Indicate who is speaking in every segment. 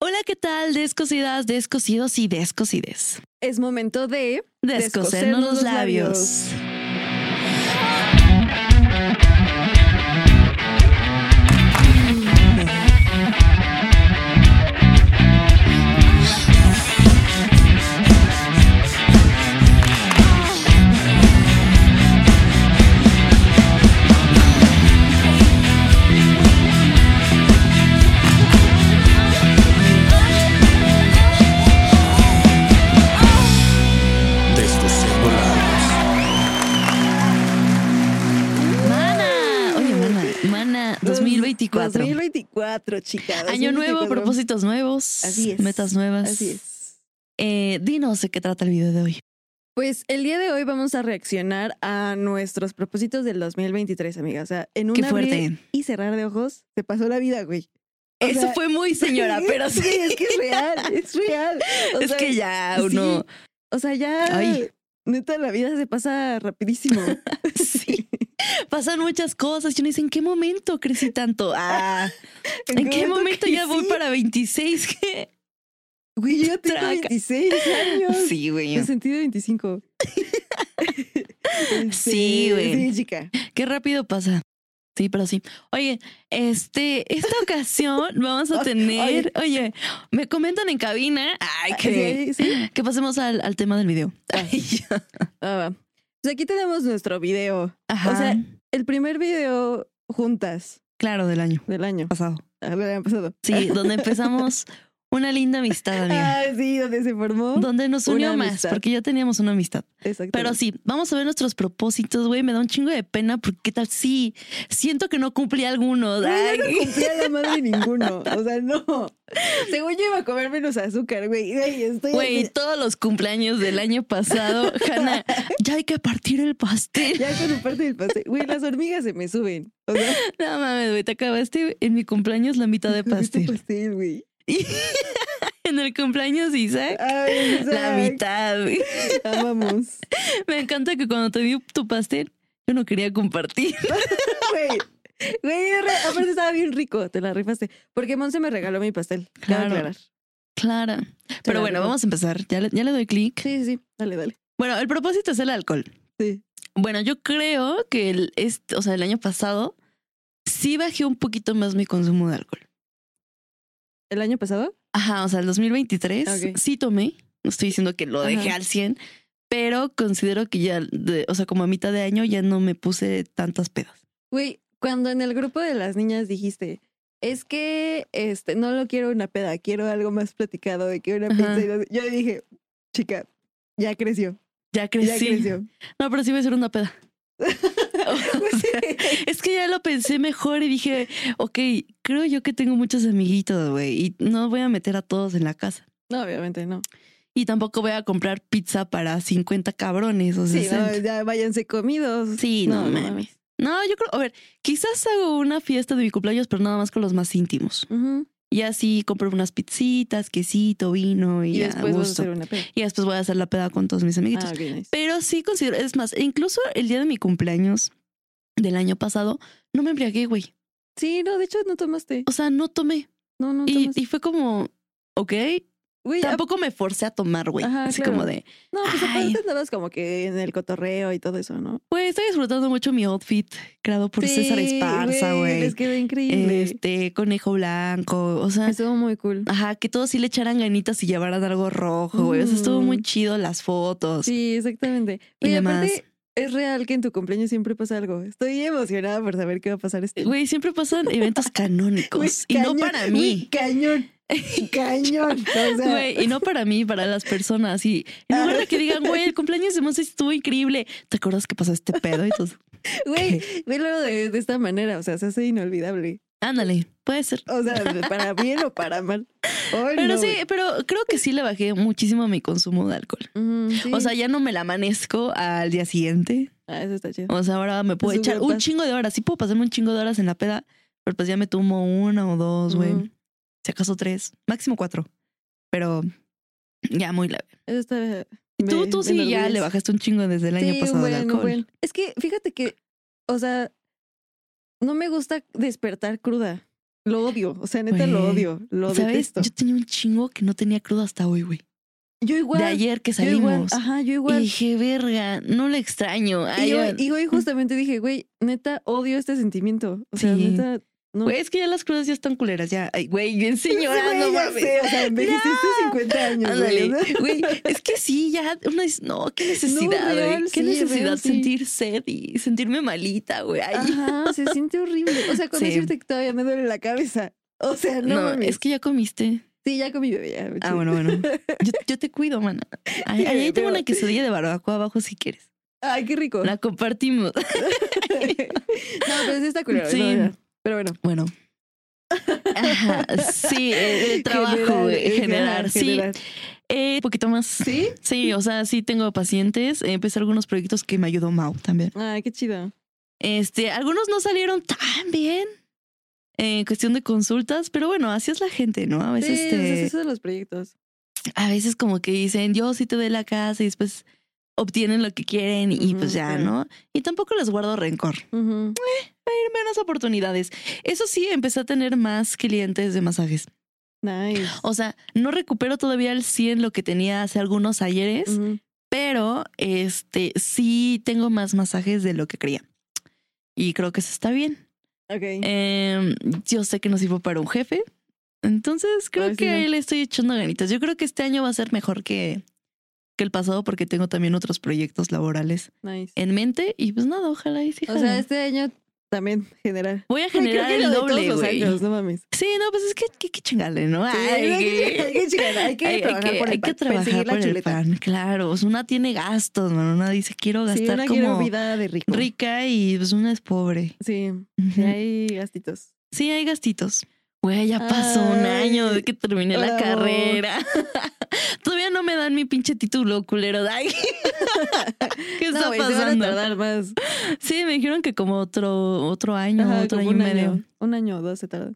Speaker 1: Hola, ¿qué tal? Descosidas, descosidos y descosides.
Speaker 2: Es momento de
Speaker 1: Descosernos los labios.
Speaker 3: Descosiendo labios.
Speaker 1: Mana. Oye, mana, mana, 2024.
Speaker 2: 2024, chicas.
Speaker 1: Año nuevo, propósitos nuevos,
Speaker 2: Así es.
Speaker 1: metas nuevas.
Speaker 2: Así es.
Speaker 1: Eh, dinos de qué trata el video de hoy.
Speaker 2: Pues el día de hoy vamos a reaccionar a nuestros propósitos del 2023, amiga. O sea, en un
Speaker 1: Qué
Speaker 2: abrir
Speaker 1: fuerte.
Speaker 2: y cerrar de ojos se pasó la vida, güey. O
Speaker 1: Eso
Speaker 2: sea,
Speaker 1: fue muy señora, pero sí.
Speaker 2: es que es real, es real. O
Speaker 1: es
Speaker 2: sea,
Speaker 1: que ya
Speaker 2: sí.
Speaker 1: uno.
Speaker 2: O sea, ya.
Speaker 1: Ay.
Speaker 2: Neta, la vida se pasa rapidísimo.
Speaker 1: Sí. Pasan muchas cosas. Yo no sé en qué momento crecí tanto. Ah, ¿En qué momento ya voy
Speaker 2: crecí?
Speaker 1: para 26? ¿Qué?
Speaker 2: Güey, yo ya tengo
Speaker 1: Traca.
Speaker 2: 26 años.
Speaker 1: Sí, güey.
Speaker 2: Me sentí de 25. Este,
Speaker 1: Sí, güey.
Speaker 2: Sí, chica.
Speaker 1: Qué rápido pasa. Sí, pero sí. Oye, este, esta ocasión vamos a
Speaker 2: Oye.
Speaker 1: tener. Oye, me comentan en cabina. Ay, que,
Speaker 2: Sí, sí.
Speaker 1: que pasemos al, al tema del video. Ay, ya.
Speaker 2: Ah, va. Pues aquí tenemos nuestro video.
Speaker 1: Ajá.
Speaker 2: O sea, el primer video juntas
Speaker 1: claro, del año
Speaker 2: del año.
Speaker 1: pasado.
Speaker 2: Ah, del año pasado.
Speaker 1: Sí, donde empezamos una linda amistad, amiga.
Speaker 2: Ah, sí, donde se formó.
Speaker 1: Donde nos
Speaker 2: Ah, Una
Speaker 1: unió más,
Speaker 2: amistad.
Speaker 1: porque ya teníamos una amistad.
Speaker 2: Exacto.
Speaker 1: Pero sí, vamos a ver nuestros propósitos, güey. Me da un chingo de pena porque qué tal sí. Siento que no cumplí algunos.
Speaker 2: Güey, yo
Speaker 1: Ay.
Speaker 2: no cumplía la madre ninguno. O sea, no. Según yo iba a comer menos azúcar, güey. Güey, estoy.
Speaker 1: Güey,
Speaker 2: aquí-
Speaker 1: todos los cumpleaños del año pasado, Hanna, ya hay que partir el pastel.
Speaker 2: Ya con su parte del pastel. Güey, las hormigas se me suben. O sea,
Speaker 1: No mames, güey, te acabaste en mi cumpleaños la mitad de
Speaker 2: este
Speaker 1: pastel.
Speaker 2: pastel, güey.
Speaker 1: Y en el cumpleaños de Isaac,
Speaker 2: Ay,
Speaker 1: la
Speaker 2: Isaac,
Speaker 1: mitad. güey.
Speaker 2: Amamos.
Speaker 1: Me encanta que cuando te di tu pastel, yo no quería compartir.
Speaker 2: Güey. Güey, yo re- aparte estaba bien rico, te la rifaste. Porque Monse me regaló mi pastel. cabe
Speaker 1: Claro.
Speaker 2: aclarar.
Speaker 1: Clara.
Speaker 2: la
Speaker 1: Pero bueno,
Speaker 2: rifó.
Speaker 1: vamos a empezar. Ya le, ya le doy clic.
Speaker 2: Sí, sí, dale, dale.
Speaker 1: Bueno, el propósito es el alcohol.
Speaker 2: Sí.
Speaker 1: Bueno, yo creo que el, este, o sea, el año pasado sí bajé un poquito más mi consumo de alcohol.
Speaker 2: ¿El año pasado?
Speaker 1: Ajá, o sea, el 2023
Speaker 2: Ok.
Speaker 1: sí tomé. No estoy diciendo que lo dejé
Speaker 2: Ajá.
Speaker 1: al 100, pero considero que ya, de- o sea, como a mitad de año ya no me puse tantas pedas.
Speaker 2: Güey, cuando en el grupo de las niñas dijiste, es que este no lo quiero una peda, quiero algo más platicado de que una
Speaker 1: Ajá.
Speaker 2: pizza. y no sé- Yo dije, chica, ya creció,
Speaker 1: Ya
Speaker 2: ya
Speaker 1: crecí.
Speaker 2: creció.
Speaker 1: No, pero sí voy a ser una peda. O
Speaker 2: Pues sí.
Speaker 1: sea, es que ya lo pensé mejor y dije, ok, creo yo que tengo muchos amiguitos, güey, y no voy a meter a todos en la casa.
Speaker 2: No, obviamente no.
Speaker 1: Y tampoco voy a comprar pizza para 50 cabrones o
Speaker 2: Sí,
Speaker 1: 60.
Speaker 2: no, ya váyanse comidos.
Speaker 1: Sí, no, mames. No, yo creo, a ver, quizás hago una fiesta de mi cumpleaños, pero nada más con los más íntimos.
Speaker 2: Ujú.
Speaker 1: Y así compro unas pizzitas, quesito, vino y,
Speaker 2: Y
Speaker 1: ya,
Speaker 2: después vas a
Speaker 1: gusto.
Speaker 2: hacer una peda.
Speaker 1: Y después voy a hacer la peda con todos mis amiguitos.
Speaker 2: Ah, ok, nice.
Speaker 1: Pero sí considero, es más, incluso el día de mi cumpleaños del año pasado, no me embriagué, güey.
Speaker 2: Sí, no, de hecho no tomaste.
Speaker 1: O sea, no tomé.
Speaker 2: No, no
Speaker 1: Y,
Speaker 2: tomaste.
Speaker 1: y fue como, ok,
Speaker 2: Güey, a-
Speaker 1: tampoco me forcé a tomar, güey.
Speaker 2: Ajá,
Speaker 1: Así
Speaker 2: claro.
Speaker 1: como de,
Speaker 2: No, pues
Speaker 1: Ay.
Speaker 2: aparte andabas como que en el cotorreo y todo eso, ¿no?
Speaker 1: güey, estoy disfrutando mucho mi outfit creado por César Esparza, güey.
Speaker 2: Les quedó increíble.
Speaker 1: Este, conejo blanco, o sea,
Speaker 2: Estuvo muy cool.
Speaker 1: Ajá, que todos sí le echaran ganitas y llevaran algo rojo, güey. O sea, estuvo
Speaker 2: Mm.
Speaker 1: muy chido las fotos.
Speaker 2: Sí, exactamente.
Speaker 1: y
Speaker 2: Oye,
Speaker 1: demás.
Speaker 2: aparte, es real que en tu cumpleaños siempre pasa algo. Estoy emocionada por saber qué va a pasar este.
Speaker 1: eh, Güey, siempre pasan eventos canónicos.
Speaker 2: Güey,
Speaker 1: y no
Speaker 2: cañón,
Speaker 1: para
Speaker 2: güey,
Speaker 1: mí.
Speaker 2: cañón. Cañón. O sea,
Speaker 1: Güey, y no para mí, para las personas. Y en lugar de que digan, güey, el cumpleaños de Monse estuvo increíble. ¿Te acuerdas que pasó este pedo? Y todos,
Speaker 2: güey, velo de, de esta manera. O sea, se hace inolvidable.
Speaker 1: ándale, puede ser.
Speaker 2: O sea, para bien o para mal. Ay,
Speaker 1: Pero
Speaker 2: no,
Speaker 1: sí,
Speaker 2: güey.
Speaker 1: pero creo que sí le bajé muchísimo mi consumo de alcohol.
Speaker 2: Ujú, sí.
Speaker 1: O sea, ya no me la amanezco al día siguiente.
Speaker 2: Ah, eso está chido.
Speaker 1: O sea, ahora me puedo
Speaker 2: Eso
Speaker 1: echar
Speaker 2: ya
Speaker 1: un
Speaker 2: pasa.
Speaker 1: chingo de horas. Sí puedo pasarme un chingo de horas en la peda, pero pues ya me tomo una o dos, güey.
Speaker 2: Ujú.
Speaker 1: Si acaso tres, máximo cuatro. Pero ya muy leve.
Speaker 2: Eso está.
Speaker 1: Tú,
Speaker 2: me-
Speaker 1: tú
Speaker 2: me
Speaker 1: sí ya
Speaker 2: enorgullece.
Speaker 1: le bajaste un chingo desde el año
Speaker 2: Sí,
Speaker 1: pasado
Speaker 2: un buen,
Speaker 1: al
Speaker 2: un
Speaker 1: alcohol.
Speaker 2: buen. Es que fíjate que, o sea, no me gusta despertar cruda. Lo odio, o sea, neta lo
Speaker 1: Güey,
Speaker 2: odio, lo
Speaker 1: ¿Sabes?
Speaker 2: detesto.
Speaker 1: Yo tenía un chingo que no tenía crudo hasta hoy, güey.
Speaker 2: Yo igual.
Speaker 1: De ayer que
Speaker 2: yo igual,
Speaker 1: salimos.
Speaker 2: ajá, yo igual.
Speaker 1: Y dije, verga, no la extraño. Ay,
Speaker 2: y, hoy,
Speaker 1: ay.
Speaker 2: y hoy justamente dije, güey, neta odio este sentimiento. O sea,
Speaker 1: Sí.
Speaker 2: neta. No.
Speaker 1: Güey, es que ya las crudas ya están culeras, ya. Ay, güey, bien señora,
Speaker 2: Sí, güey,
Speaker 1: no
Speaker 2: ya
Speaker 1: mames.
Speaker 2: sé, o sea, envejeciste 50 años, güey.
Speaker 1: Ándale,
Speaker 2: ¿no?
Speaker 1: güey, es que sí, ya, una es- no, qué necesidad, güey,
Speaker 2: real,
Speaker 1: qué
Speaker 2: sí,
Speaker 1: necesidad
Speaker 2: real, sí. Ah,
Speaker 1: sentir sed y sentirme malita, güey, Ay,
Speaker 2: Ajá, se siente horrible. O sea, con
Speaker 1: Sí.
Speaker 2: decirte que todavía me duele la cabeza. O sea, no,
Speaker 1: no,
Speaker 2: mames.
Speaker 1: es que ya comiste,
Speaker 2: Sí, ya con mi bebé. ya,
Speaker 1: ah,
Speaker 2: sí.
Speaker 1: bueno, bueno, yo, yo te cuido, mana, Ay, ay, ahí tengo
Speaker 2: Pero-
Speaker 1: una quesadilla de barbacoa abajo si quieres,
Speaker 2: Ay, qué rico.
Speaker 1: la compartimos,
Speaker 2: no, pero sí está culero.
Speaker 1: Sí.
Speaker 2: no, ya. Pero bueno.
Speaker 1: bueno, Ajá, sí, eh, el trabajo,
Speaker 2: Generar,
Speaker 1: güey,
Speaker 2: eh,
Speaker 1: generar, sí,
Speaker 2: generar.
Speaker 1: eh, un poquito más,
Speaker 2: ¿Sí?
Speaker 1: sí, o sea, sí tengo pacientes, eh, empecé algunos proyectos que me ayudó Mau también.
Speaker 2: Ay, qué chido.
Speaker 1: Este, algunos no salieron tan bien en cuestión de consultas, pero bueno, así es la gente, ¿no? A veces,
Speaker 2: sí,
Speaker 1: te-
Speaker 2: o sea, es eso de los proyectos.
Speaker 1: a veces como que dicen, yo sí te doy la casa y después obtienen lo que quieren y
Speaker 2: Ujú,
Speaker 1: pues ya,
Speaker 2: claro.
Speaker 1: ¿no? Y tampoco les guardo rencor.
Speaker 2: Ujú.
Speaker 1: Hay menos oportunidades. Eso sí, empecé a tener más clientes de masajes.
Speaker 2: Nice.
Speaker 1: O sea, no recupero todavía al 100 lo que tenía hace algunos ayeres,
Speaker 2: Ujú.
Speaker 1: pero este sí tengo más masajes de lo que creía. Y creo que eso está bien.
Speaker 2: Ok.
Speaker 1: Em, yo sé que no sirvo para un jefe. Entonces creo
Speaker 2: Ay, Pues sí,
Speaker 1: que
Speaker 2: no.
Speaker 1: ahí le estoy echando ganitas. Yo creo que este año va a ser mejor que, que el pasado porque tengo también otros proyectos laborales
Speaker 2: nice.
Speaker 1: en mente y pues nada, ojalá y sí.
Speaker 2: O sea,
Speaker 1: jalen.
Speaker 2: este año también generar.
Speaker 1: Voy a
Speaker 2: Ay, creo
Speaker 1: generar
Speaker 2: que
Speaker 1: el
Speaker 2: lo de todos
Speaker 1: doble,
Speaker 2: los
Speaker 1: güey.
Speaker 2: años, No mames.
Speaker 1: Sí, no, pues es que hay que chingarle, ¿no?
Speaker 2: Sí,
Speaker 1: Ay,
Speaker 2: hay que-
Speaker 1: que-
Speaker 2: hay que chingarle, hay que
Speaker 1: hay- hay
Speaker 2: trabajar por el
Speaker 1: hay que
Speaker 2: pan,
Speaker 1: trabajar
Speaker 2: perseguir la
Speaker 1: por el
Speaker 2: chuleta.
Speaker 1: pan, Claro, pues una tiene gastos, mano. Una dice, quiero
Speaker 2: Sí,
Speaker 1: gastar
Speaker 2: una quiero
Speaker 1: como
Speaker 2: vida de rico.
Speaker 1: rica y pues una es pobre.
Speaker 2: Sí,
Speaker 1: Ujú.
Speaker 2: sí, hay gastitos.
Speaker 1: Sí, hay gastitos. Güey, ya pasó un
Speaker 2: Ay,
Speaker 1: año de que terminé la
Speaker 2: bravo.
Speaker 1: carrera. Todavía no me dan mi pinche título, culero. Ay, ¿Qué está
Speaker 2: güey, se van a
Speaker 1: pasando?
Speaker 2: tardar más.
Speaker 1: Sí, me dijeron que como otro, otro año,
Speaker 2: Ajá,
Speaker 1: otro año
Speaker 2: como
Speaker 1: y
Speaker 2: un
Speaker 1: medio.
Speaker 2: año. Un año o dos se tarda.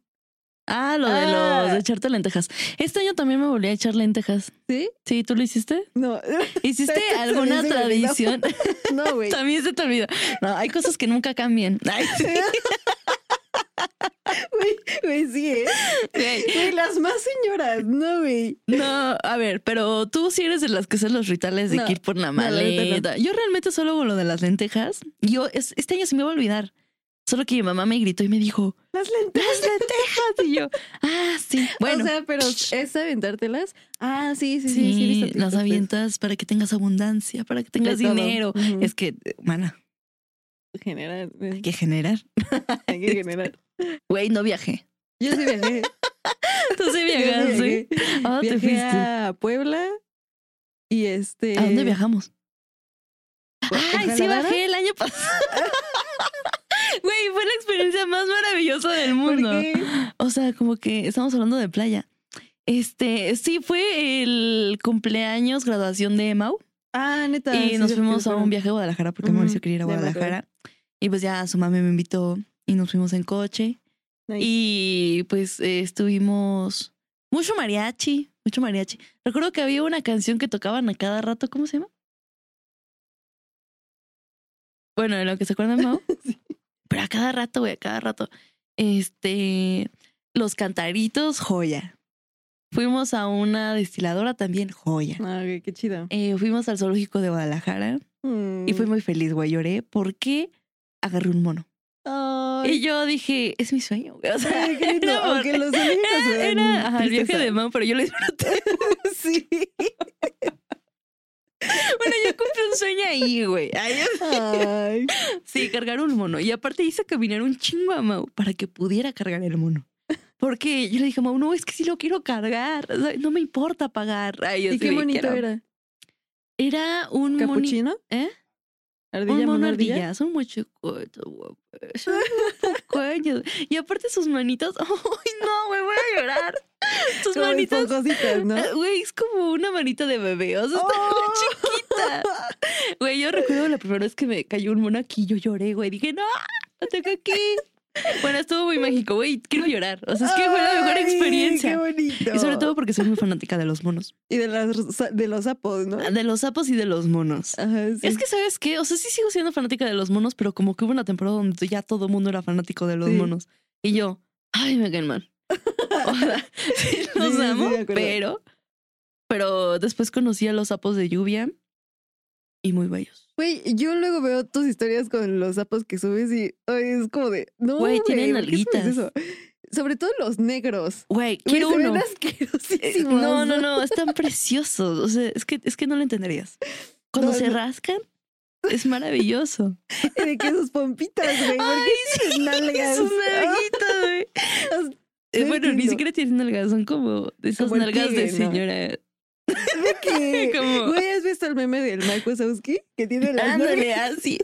Speaker 1: Ah, lo de
Speaker 2: Ah.
Speaker 1: los de echarte lentejas. Este año también me volví a echar lentejas.
Speaker 2: ¿Sí?
Speaker 1: Sí, ¿tú lo hiciste?
Speaker 2: No.
Speaker 1: ¿Hiciste
Speaker 2: Se me
Speaker 1: alguna
Speaker 2: olvidó.
Speaker 1: tradición?
Speaker 2: No, güey.
Speaker 1: también se te olvida. No, hay cosas que nunca cambian. Ay, sí.
Speaker 2: Güey, güey, sí, ¿eh?
Speaker 1: Güey,
Speaker 2: Güey, las más señoras. No, güey.
Speaker 1: No, a ver, pero tú sí eres de las que hacen los rituales de
Speaker 2: No,
Speaker 1: que ir por la
Speaker 2: no, la
Speaker 1: maleta.
Speaker 2: neta no.
Speaker 1: Yo realmente solo hago lo de las lentejas. Yo es- este año se me va a olvidar. Solo que mi mamá me gritó y me dijo,
Speaker 2: Las lentejas.
Speaker 1: las lentejas. Y yo, ah, sí. Bueno,
Speaker 2: o sea, pero es aventártelas. Ah, sí, sí,
Speaker 1: sí,
Speaker 2: sí. sí, he visto
Speaker 1: las
Speaker 2: TikToks de
Speaker 1: avientas para que tengas abundancia, para que
Speaker 2: eso.
Speaker 1: tengas
Speaker 2: De todo. Mm.
Speaker 1: dinero.
Speaker 2: Ujú.
Speaker 1: Es que, eh, mana,
Speaker 2: generar.
Speaker 1: hay que generar.
Speaker 2: Hay que generar.
Speaker 1: Güey, no viajé.
Speaker 2: Yo sí viajé.
Speaker 1: Tú sí
Speaker 2: Yo sí
Speaker 1: viajaste.
Speaker 2: viajé.
Speaker 1: ¿A dónde ¿eh? te
Speaker 2: Viajé
Speaker 1: fuiste?
Speaker 2: a Puebla y este.
Speaker 1: ¿A dónde viajamos?
Speaker 2: Gua-
Speaker 1: Ay, sí
Speaker 2: Guadalajara.
Speaker 1: bajé el año pasado. Güey, fue la experiencia más maravillosa del
Speaker 2: ¿Por
Speaker 1: mundo.
Speaker 2: qué?
Speaker 1: O sea, como que estamos hablando de playa. Este, sí, fue el cumpleaños, graduación de Mau.
Speaker 2: Ah, neta.
Speaker 1: Y
Speaker 2: sí,
Speaker 1: nos
Speaker 2: sí,
Speaker 1: fuimos
Speaker 2: sí,
Speaker 1: a
Speaker 2: sí.
Speaker 1: un viaje a Guadalajara porque
Speaker 2: Ujú,
Speaker 1: Mauricio quería ir a
Speaker 2: ya me acuerdo.
Speaker 1: Guadalajara. Y pues ya su mami me invitó y nos fuimos en coche.
Speaker 2: Nice.
Speaker 1: Y pues eh, estuvimos mucho mariachi, mucho mariachi. Recuerdo que había una canción que tocaban a cada rato, ¿cómo se llama? Bueno, de lo que se acuerdan, Mau.
Speaker 2: Sí.
Speaker 1: Pero a cada rato, güey, a cada rato. Este, los cantaritos, joya. Fuimos a una destiladora también, joya.
Speaker 2: Ah, ok, qué chido. Mm.
Speaker 1: Eh, fuimos al zoológico de Guadalajara y fui
Speaker 2: fuimos
Speaker 1: muy feliz, güey. Lloré porque agarré un mono. Y yo dije, es mi sueño, güey. O sea,
Speaker 2: Ay, qué lindo.
Speaker 1: era por-
Speaker 2: Aunque los zoológicos me dan
Speaker 1: era ajá, el viaje
Speaker 2: mm, tristeza.
Speaker 1: de Mau, pero yo le disfruté.
Speaker 2: Sí.
Speaker 1: Bueno, yo cumplí un sueño ahí, güey. Ay, yo-
Speaker 2: Ay.
Speaker 1: Sí, cargar un mono. Y aparte hice caminar un chingo a Mau para que pudiera cargar el mono. Porque yo le dije a Mau, no, es que sí lo quiero cargar. O sea, No me importa pagar. Ay, yo
Speaker 2: ¿Y
Speaker 1: así
Speaker 2: qué
Speaker 1: de,
Speaker 2: bonito
Speaker 1: "Quiero".
Speaker 2: era?
Speaker 1: Era un monito.
Speaker 2: ¿Capuchino?
Speaker 1: ¿Eh?
Speaker 2: ¿Ardilla?
Speaker 1: Un mono
Speaker 2: mono
Speaker 1: ardilla, son muy chiquitos, guapos, son muy pequeños. Y aparte sus manitas, ¡ay no, me voy a llorar! Sus
Speaker 2: Como
Speaker 1: manitas,
Speaker 2: esponjositas, ¿no?
Speaker 1: eh, güey, es como una manita de bebé, o sea, está
Speaker 2: Oh.
Speaker 1: chiquita. Güey, yo recuerdo la primera vez que me cayó un mono aquí, yo lloré, güey, dije, ¡no! ¡Lo tengo aquí! Bueno, estuvo muy mágico, güey, quiero llorar. O sea, es que fue la mejor
Speaker 2: Ay, Qué
Speaker 1: experiencia.
Speaker 2: bonito.
Speaker 1: Y sobre todo porque soy muy fanática de los monos.
Speaker 2: Y de, las, de los sapos, ¿no?
Speaker 1: De los sapos y de los monos.
Speaker 2: Ajá, Ah, sí.
Speaker 1: Es que, ¿sabes qué? O sea, sí sigo siendo fanática de los monos, pero como que hubo una temporada donde ya todo el mundo era fanático de los
Speaker 2: Sí.
Speaker 1: monos. Y yo, Ay, me caen mal. O sea, sí los
Speaker 2: Sí, sí, sí,
Speaker 1: amo,
Speaker 2: de acuerdo.
Speaker 1: pero. Pero después conocí a los sapos de lluvia y muy bellos.
Speaker 2: Güey, yo luego veo tus historias con los sapos que subes y ay, es como de. No,
Speaker 1: Güey, tienen
Speaker 2: ¿por qué subes
Speaker 1: alguitas.
Speaker 2: eso? Sobre todo los negros.
Speaker 1: Güey,
Speaker 2: Güey,
Speaker 1: quiero
Speaker 2: se ven
Speaker 1: uno. Eh,
Speaker 2: asquerosísimos.
Speaker 1: No, no, no, están preciosos. O sea, es que, es que no lo entenderías. Cuando
Speaker 2: No,
Speaker 1: se
Speaker 2: no.
Speaker 1: rascan, es maravilloso.
Speaker 2: Y de que sus pompitas, güey. ¿Por
Speaker 1: Ay,
Speaker 2: qué tienen nalgas? Ah,
Speaker 1: Sus nalguitas, güey. Eh,
Speaker 2: No
Speaker 1: Bueno, ni
Speaker 2: entiendo.
Speaker 1: siquiera tienen nalgas, son como de esas
Speaker 2: Como el
Speaker 1: nalgas de
Speaker 2: pliegue, ¿no?
Speaker 1: señora.
Speaker 2: Ah, ¿De qué?
Speaker 1: Como-
Speaker 2: Güey, ¿has visto el meme del Mike Wazowski? Que tiene las nalgas
Speaker 1: Ándale, así.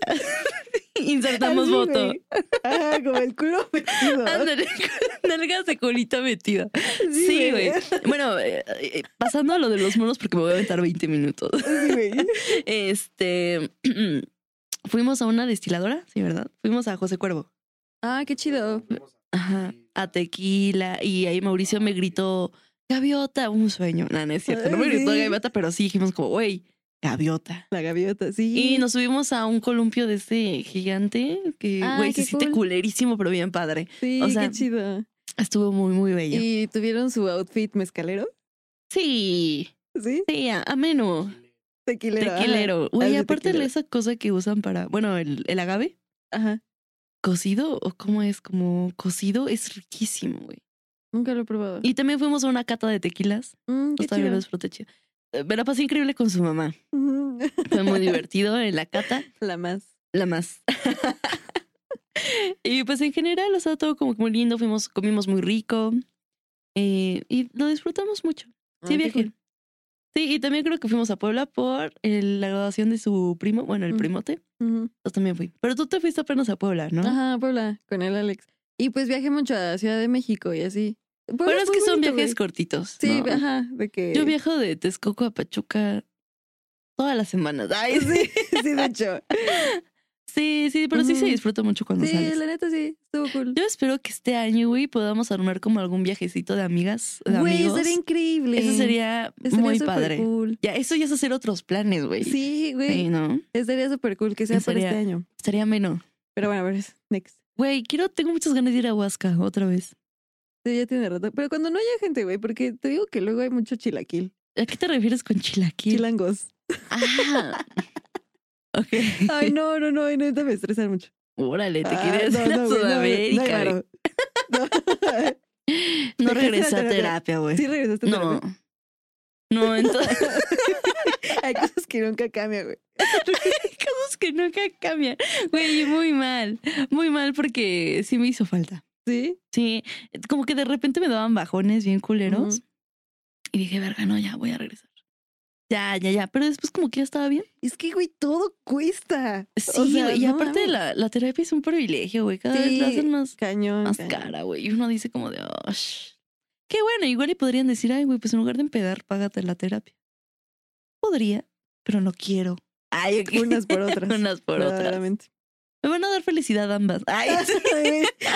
Speaker 1: Insertamos
Speaker 2: así,
Speaker 1: voto.
Speaker 2: güey. Ajá, como el culo metido.
Speaker 1: Ándale, nalgas de colita metida. Sí, güey. Bueno, eh, eh, pasando a lo de los monos, porque me voy a aventar 20 minutos.
Speaker 2: Sí, güey.
Speaker 1: Este. Fuimos a una destiladora, sí, ¿verdad? Fuimos a José Cuervo.
Speaker 2: Ah, qué chido.
Speaker 1: Ajá. A tequila. Y ahí Mauricio me gritó, gaviota, un sueño. No, no es cierto. No me
Speaker 2: Ay,
Speaker 1: gritó
Speaker 2: sí.
Speaker 1: gaviota, pero sí dijimos como, güey, gaviota.
Speaker 2: La gaviota, sí.
Speaker 1: Y nos subimos a un columpio de este gigante que,
Speaker 2: Ay,
Speaker 1: güey, se
Speaker 2: Ah, qué
Speaker 1: siente
Speaker 2: cool.
Speaker 1: culerísimo, pero bien padre.
Speaker 2: Sí,
Speaker 1: o sea,
Speaker 2: qué chido.
Speaker 1: Estuvo muy, muy bello.
Speaker 2: ¿Y tuvieron su outfit mezcalero?
Speaker 1: Sí,
Speaker 2: Sí,
Speaker 1: sí, a- ameno.
Speaker 2: tequilero. ajá.
Speaker 1: Tequilero. Güey,
Speaker 2: Así
Speaker 1: aparte de
Speaker 2: tequilero.
Speaker 1: esa cosa que usan para, bueno, el, el agave
Speaker 2: Ajá.
Speaker 1: cocido o cómo es, como cocido, es riquísimo, güey.
Speaker 2: Nunca lo he probado.
Speaker 1: Y también fuimos a una cata de tequilas.
Speaker 2: Mm, qué
Speaker 1: Pues también
Speaker 2: chido.
Speaker 1: los protegió. Eh, Me la pasé increíble con su mamá.
Speaker 2: Ujú.
Speaker 1: Fue muy divertido en la cata,
Speaker 2: La más.
Speaker 1: la más. y pues en general, o sea, todo como que muy lindo. Fuimos, comimos muy rico. eh, y lo disfrutamos mucho. Sí,
Speaker 2: Ah, qué
Speaker 1: viaje.
Speaker 2: cool.
Speaker 1: Sí, y también creo que fuimos a Puebla por el- la graduación de su primo, bueno, el
Speaker 2: Mm.
Speaker 1: primote.
Speaker 2: Ujú.
Speaker 1: Yo también fui. Pero tú te fuiste apenas a Puebla, ¿no?
Speaker 2: Ajá, Puebla, con el Alex. Y pues viajé mucho a Ciudad de México y así. Puebla
Speaker 1: Bueno, es
Speaker 2: muy
Speaker 1: que son
Speaker 2: bonito,
Speaker 1: viajes
Speaker 2: güey.
Speaker 1: cortitos.
Speaker 2: Sí,
Speaker 1: ¿no?
Speaker 2: ajá, de que...
Speaker 1: Yo viajo de Texcoco a Pachuca todas las semanas. Ay, sí.
Speaker 2: Sí, sí, de hecho.
Speaker 1: Sí, sí, pero sí se
Speaker 2: Ujú.
Speaker 1: disfruta mucho cuando
Speaker 2: Sí,
Speaker 1: sales.
Speaker 2: la neta sí, estuvo cool.
Speaker 1: Yo espero que este año, güey, podamos armar como algún viajecito de amigas, de
Speaker 2: Güey,
Speaker 1: amigos.
Speaker 2: estaría increíble.
Speaker 1: Eso sería
Speaker 2: Estaría
Speaker 1: muy
Speaker 2: súper
Speaker 1: padre.
Speaker 2: cool.
Speaker 1: Ya, eso ya es hacer otros planes, güey.
Speaker 2: Sí,
Speaker 1: Sí,
Speaker 2: güey,
Speaker 1: ¿no?
Speaker 2: estaría súper cool que sea para
Speaker 1: Estaría-
Speaker 2: este año.
Speaker 1: Estaría menos.
Speaker 2: Pero bueno, a ver, next.
Speaker 1: Güey, quiero, tengo muchas ganas de ir a Huasca otra vez.
Speaker 2: Sí, ya tiene rato. Pero cuando no haya gente, güey, porque te digo que luego hay mucho chilaquil.
Speaker 1: ¿A qué te refieres con chilaquil?
Speaker 2: Chilangos.
Speaker 1: Ah. ok.
Speaker 2: Ay, no, no, no, ay, neta me estresan mucho.
Speaker 1: Órale, te
Speaker 2: Ah,
Speaker 1: querías
Speaker 2: no,
Speaker 1: ir a
Speaker 2: no, güey, no, güey, no,
Speaker 1: Sudamérica. güey.
Speaker 2: claro. No.
Speaker 1: No,
Speaker 2: Dejaste la
Speaker 1: regresé a
Speaker 2: terapia.
Speaker 1: terapia, güey.
Speaker 2: Sí regresaste. a
Speaker 1: no.
Speaker 2: terapia.
Speaker 1: No, entonces
Speaker 2: Hay cosas que nunca cambian, güey.
Speaker 1: cosas que nunca cambian. Güey, muy mal. Muy mal porque sí me hizo falta.
Speaker 2: Sí.
Speaker 1: Sí, como que de repente me daban bajones bien culeros.
Speaker 2: Ujú.
Speaker 1: Y dije, verga, no, ya voy a regresar. Ya, ya, ya. Pero después como que ya estaba bien.
Speaker 2: Es que, güey, todo cuesta. O
Speaker 1: Sí,
Speaker 2: sea,
Speaker 1: güey. Y
Speaker 2: no
Speaker 1: aparte
Speaker 2: mames.
Speaker 1: la, la terapia es un privilegio, güey. Cada vez la
Speaker 2: Sí.
Speaker 1: hacen más,
Speaker 2: Cañón.
Speaker 1: más
Speaker 2: cañón.
Speaker 1: cara, güey. Y uno dice como de, oh, sh". Qué bueno, igual y podrían decir, ay, güey, pues en lugar de empedar, págate la terapia. Podría, pero no quiero. Ay, ok.
Speaker 2: Unas por otras.
Speaker 1: Unas por otras.
Speaker 2: verdaderamente.
Speaker 1: Me van a dar felicidad ambas. Ay, sí.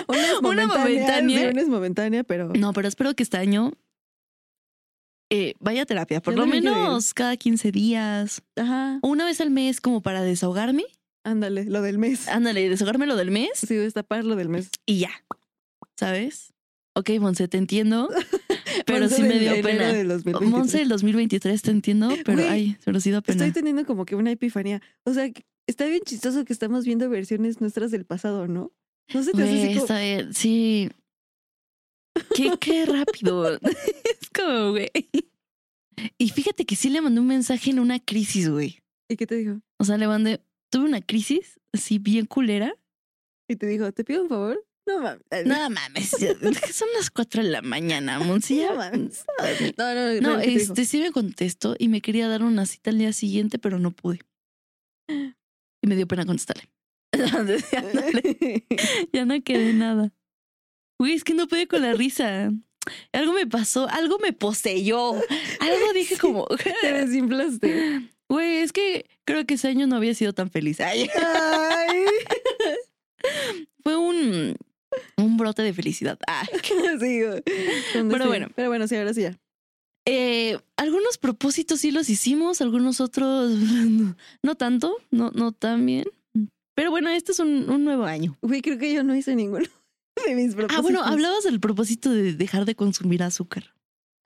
Speaker 2: una es
Speaker 1: Una
Speaker 2: momentánea.
Speaker 1: momentánea.
Speaker 2: sí, una es momentánea, pero.
Speaker 1: No, pero espero que este año eh, vaya a terapia, por
Speaker 2: Yo
Speaker 1: lo
Speaker 2: también quiero ir.
Speaker 1: menos cada 15 días
Speaker 2: Ajá.
Speaker 1: o una vez al mes como para desahogarme.
Speaker 2: Ándale, lo del mes.
Speaker 1: Ándale, desahogarme lo del mes
Speaker 2: Sí, destapar lo del mes.
Speaker 1: y ya. ¿Sabes? Ok, Monse, te entiendo, pero
Speaker 2: Once
Speaker 1: sí me
Speaker 2: de
Speaker 1: dio
Speaker 2: enero
Speaker 1: pena.
Speaker 2: del 2023.
Speaker 1: Monse del 2023 te entiendo, pero
Speaker 2: Güey,
Speaker 1: ay, se nos dio pena.
Speaker 2: Estoy teniendo como que una epifanía. O sea, que está bien chistoso que estamos viendo versiones nuestras del pasado, ¿no? No se te hace
Speaker 1: Güey,
Speaker 2: así como.
Speaker 1: está bien, sí. Qué, qué rápido. es como, güey. Y fíjate que sí le mandé un mensaje en una crisis, güey.
Speaker 2: ¿Y qué te dijo?
Speaker 1: O sea, le mandé, tuve una crisis así bien culera.
Speaker 2: Y te dijo, ¿te pido un favor? No mames.
Speaker 1: No mames, ya- son las 4 de la mañana, Moncilla.
Speaker 2: No mames.
Speaker 1: No,
Speaker 2: No, no, real, ¿qué te dijo?
Speaker 1: este sí me contestó y me quería dar una cita al día siguiente, pero no pude. Y me dio pena contestarle. Entonces, ya, no, le- ya no quedé nada. Güey, es que no pude con la risa. Algo me pasó, algo me poseyó. Algo dije
Speaker 2: Sí.
Speaker 1: como,
Speaker 2: Te desinflaste.
Speaker 1: güey, es que creo que ese año no había sido tan feliz. Ay,
Speaker 2: Ay.
Speaker 1: fue un, un brote de felicidad. Ah.
Speaker 2: Sí, güey. Con
Speaker 1: Pero
Speaker 2: destino.
Speaker 1: bueno.
Speaker 2: Pero bueno, sí, ahora sí ya.
Speaker 1: Eh, algunos propósitos sí los hicimos, algunos otros no, no tanto, no, no tan bien. Pero bueno, este es un, un nuevo año.
Speaker 2: Güey, creo que yo no hice ninguno. de mis propósitos.
Speaker 1: Ah, bueno, hablabas del propósito de dejar de consumir azúcar.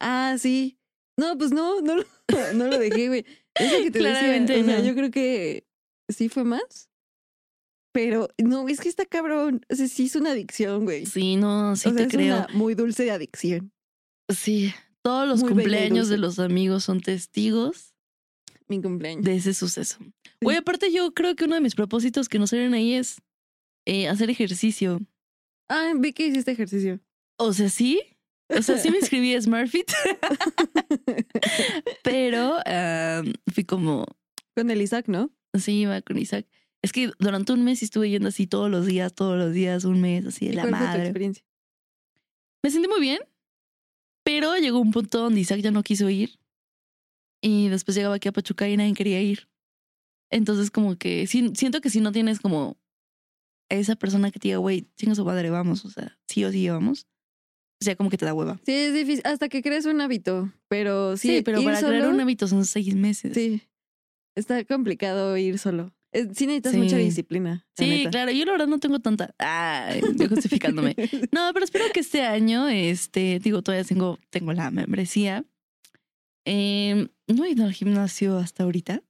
Speaker 2: Ah, sí. No, pues no, no, lo- no lo dejé, güey. Es lo que te
Speaker 1: Claramente
Speaker 2: decía. O sea,
Speaker 1: no.
Speaker 2: yo creo que sí fue más. Pero no, es que está cabrón. O sea, sí es una adicción, güey.
Speaker 1: Sí, no, sí
Speaker 2: O sea,
Speaker 1: te
Speaker 2: es
Speaker 1: creo.
Speaker 2: una muy dulce adicción.
Speaker 1: Sí. Todos los
Speaker 2: Muy bella y
Speaker 1: cumpleaños de
Speaker 2: dulce.
Speaker 1: los amigos son testigos
Speaker 2: Mi cumpleaños.
Speaker 1: de ese suceso. Güey, aparte yo creo que uno de mis propósitos que no salen ahí es eh, hacer ejercicio.
Speaker 2: Ah, vi que hiciste ejercicio.
Speaker 1: O sea, sí. O sea, sí me inscribí a SmartFit, pero ah, fui como,
Speaker 2: Con el Isaac, ¿no?
Speaker 1: sí, iba con Isaac. Es que durante un mes sí estuve yendo así todos los días, todos los días, un mes, así de
Speaker 2: ¿Y
Speaker 1: la
Speaker 2: cuál fue tu
Speaker 1: madre.
Speaker 2: experiencia?
Speaker 1: Me sentí muy bien, pero llegó un punto donde Isaac ya no quiso ir. Y después llegaba aquí a Pachuca y nadie quería ir. Entonces, como que sí- siento que si no tienes como esa persona que te diga, güey, chinga su madre, vamos, o sea, sí o sí vamos, o sea, como que te da hueva.
Speaker 2: Sí, es difícil. Hasta que crees un hábito. Pero sí,
Speaker 1: Sí, pero
Speaker 2: ir
Speaker 1: para crear
Speaker 2: solo,
Speaker 1: un hábito son seis meses.
Speaker 2: Sí. Está complicado ir solo. Eh, Sí necesitas
Speaker 1: Sí.
Speaker 2: mucha disciplina. la
Speaker 1: Sí,
Speaker 2: neta.
Speaker 1: claro, yo la verdad no tengo tanta. Ah, yo justificándome. No, pero espero que este año, este, digo, todavía tengo, tengo la membresía. Em, no he ido al gimnasio hasta ahorita.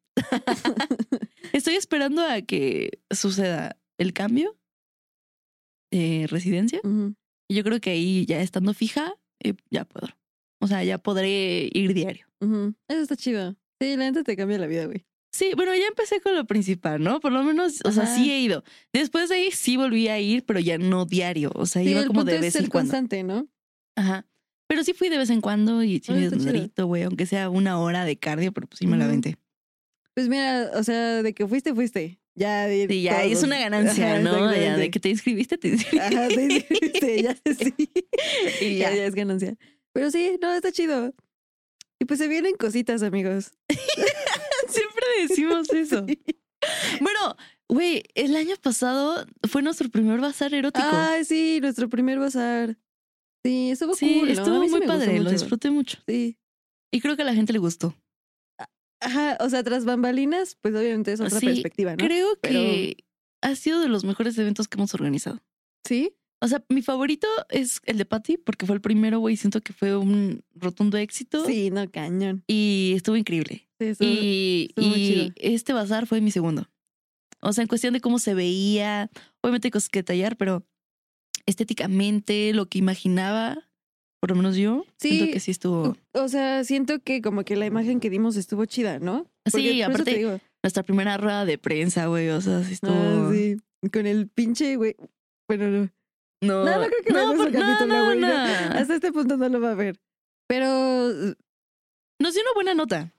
Speaker 1: Estoy esperando a que suceda el cambio de residencia.
Speaker 2: Ujú.
Speaker 1: Y Yo creo que ahí ya estando fija, eh, ya puedo. O sea, ya podré ir diario.
Speaker 2: Ujú. Eso está chido. Sí, la neta te cambia la vida, güey.
Speaker 1: Sí, bueno, ya empecé con lo principal, ¿no? Por lo menos, o sea,
Speaker 2: Ajá.
Speaker 1: sí he ido. Después de ahí sí volví a ir, pero ya no diario. O sea,
Speaker 2: Sí,
Speaker 1: iba
Speaker 2: el
Speaker 1: como
Speaker 2: punto
Speaker 1: de
Speaker 2: es
Speaker 1: vez
Speaker 2: ser
Speaker 1: en cuando.
Speaker 2: constante, ¿no?
Speaker 1: Ajá. Pero sí fui de vez en cuando y sí
Speaker 2: Ah,
Speaker 1: me dio
Speaker 2: está chido.
Speaker 1: dolorito, güey, aunque sea una hora de cardio, pero pues sí me la
Speaker 2: Ujú.
Speaker 1: venté.
Speaker 2: Pues mira, o sea, de que fuiste, fuiste. Ya, de
Speaker 1: Sí, ya
Speaker 2: todos
Speaker 1: es
Speaker 2: los-
Speaker 1: una ganancia,
Speaker 2: Ajá,
Speaker 1: ¿no? Ya de
Speaker 2: exactamente.
Speaker 1: que te inscribiste, te inscribiste.
Speaker 2: Ajá, te inscribiste, ya sí.
Speaker 1: Y
Speaker 2: ya.
Speaker 1: ya.
Speaker 2: ya es ganancia. Pero sí, no, está chido. Y pues se vienen cositas, amigos.
Speaker 1: Siempre decimos eso.
Speaker 2: Sí.
Speaker 1: Bueno, güey, el año pasado fue nuestro primer bazar erótico.
Speaker 2: Ay, sí, nuestro primer bazar. Sí, estuvo
Speaker 1: sí,
Speaker 2: cool, ¿no? A
Speaker 1: estuvo
Speaker 2: mí sí
Speaker 1: muy
Speaker 2: me gustó
Speaker 1: padre, lo
Speaker 2: mucho.
Speaker 1: disfruté mucho.
Speaker 2: Sí.
Speaker 1: Y creo que a la gente le gustó.
Speaker 2: Ajá, o sea, tras bambalinas, pues obviamente es otra
Speaker 1: Sí,
Speaker 2: perspectiva, ¿no?
Speaker 1: Creo
Speaker 2: Pero-
Speaker 1: que ha sido de los mejores eventos que hemos organizado.
Speaker 2: Sí.
Speaker 1: O sea, mi favorito es el de Patty, porque fue el primero, güey, siento que fue un rotundo éxito.
Speaker 2: Sí, no, cañón.
Speaker 1: Y estuvo increíble.
Speaker 2: Sí, estuvo-
Speaker 1: Y,
Speaker 2: estuvo muy
Speaker 1: y
Speaker 2: chido.
Speaker 1: este bazar fue mi segundo. O sea, en cuestión de cómo se veía, obviamente hay cosas que tallar, pero estéticamente, lo que imaginaba, por lo menos yo, siento
Speaker 2: Sí.
Speaker 1: que sí estuvo.
Speaker 2: O sea, siento que como que la imagen que dimos estuvo chida, ¿no? Porque
Speaker 1: Sí,
Speaker 2: por eso te
Speaker 1: aparte,
Speaker 2: digo,
Speaker 1: nuestra primera rueda de prensa, güey, o sea, sí estuvo.
Speaker 2: ah, sí, con el pinche güey. Bueno, no.
Speaker 1: No,
Speaker 2: No, no creo que veas nuestro
Speaker 1: por- no,
Speaker 2: capítulo,
Speaker 1: no,
Speaker 2: güey,
Speaker 1: no.
Speaker 2: no. Hasta este punto no lo va a ver. Pero eh,
Speaker 1: Nos dio una buena nota.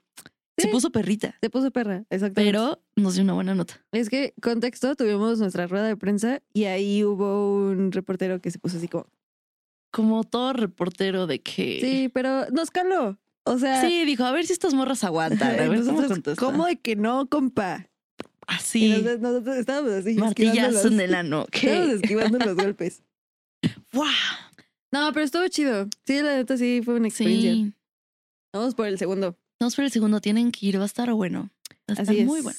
Speaker 1: Se
Speaker 2: Sí.
Speaker 1: puso perrita,
Speaker 2: se puso perra, exactamente.
Speaker 1: pero nos dio una buena nota.
Speaker 2: es que contexto, tuvimos nuestra rueda de prensa y ahí hubo un reportero que se puso así como,
Speaker 1: Como todo reportero de que.
Speaker 2: sí, pero nos caló. O sea,
Speaker 1: Sí, dijo, a ver si estas morras aguantan. A ver
Speaker 2: y
Speaker 1: cómo
Speaker 2: nosotros,
Speaker 1: contestan".
Speaker 2: ¿cómo de que no, compa?
Speaker 1: Así.
Speaker 2: Y nosotros, nosotros estábamos así esquivando
Speaker 1: Martillazo
Speaker 2: los,
Speaker 1: en el ano.
Speaker 2: estábamos
Speaker 1: ¿Qué?
Speaker 2: esquivando los golpes.
Speaker 1: ¡Guau!
Speaker 2: No, pero estuvo chido. Sí, la neta sí fue una experiencia.
Speaker 1: Sí.
Speaker 2: Vamos por el segundo.
Speaker 1: Vamos por el segundo. Tienen que ir. Va a estar bueno. Va a estar
Speaker 2: Así es.
Speaker 1: muy bueno.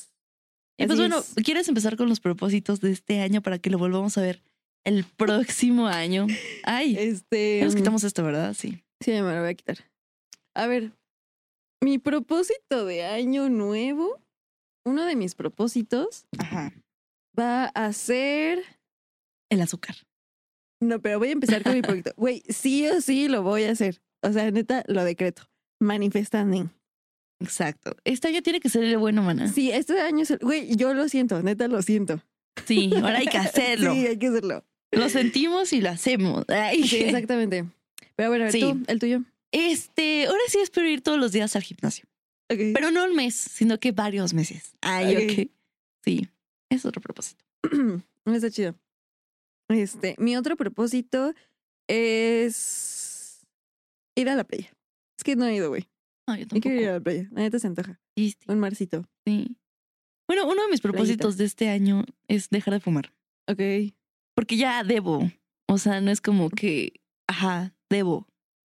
Speaker 1: Y pues
Speaker 2: Así
Speaker 1: bueno,
Speaker 2: es.
Speaker 1: ¿quieres empezar con los propósitos de este año para que lo volvamos a ver el próximo año? Ay,
Speaker 2: Este.
Speaker 1: ya nos quitamos esto, ¿verdad? Sí.
Speaker 2: Sí, me lo voy a quitar. A ver, mi propósito de año nuevo, uno de mis propósitos
Speaker 1: Ajá.
Speaker 2: va a ser.
Speaker 1: El azúcar.
Speaker 2: No, pero voy a empezar con mi propósito. Güey, sí o sí lo voy a hacer. O sea, neta, lo decreto. Manifestando.
Speaker 1: Exacto. Este año tiene que ser el bueno, maná. Sí.
Speaker 2: Sí, este año es. el- Güey, yo lo siento, neta, lo siento.
Speaker 1: ahora hay que hacerlo.
Speaker 2: Sí, hay que hacerlo.
Speaker 1: Lo sentimos y lo hacemos. Ay.
Speaker 2: Sí, exactamente. Pero bueno, a ver,
Speaker 1: Sí.
Speaker 2: tú, el tuyo.
Speaker 1: Este, ahora sí espero ir todos los días al gimnasio.
Speaker 2: Ok.
Speaker 1: Pero no un mes, sino que varios meses. Ay,
Speaker 2: Ok.
Speaker 1: ok. Sí, es otro propósito.
Speaker 2: Está chido. Este, mi otro propósito es ir a la playa. Es que no he ido, güey.
Speaker 1: No, yo
Speaker 2: Hay que
Speaker 1: tampoco.
Speaker 2: ir a la playa. La neta se antoja.
Speaker 1: Sí, sí,
Speaker 2: Un marcito.
Speaker 1: sí. Bueno, uno de mis propósitos de este año es dejar de fumar.
Speaker 2: Ok.
Speaker 1: Porque ya debo. O sea, no es como que, ajá, debo.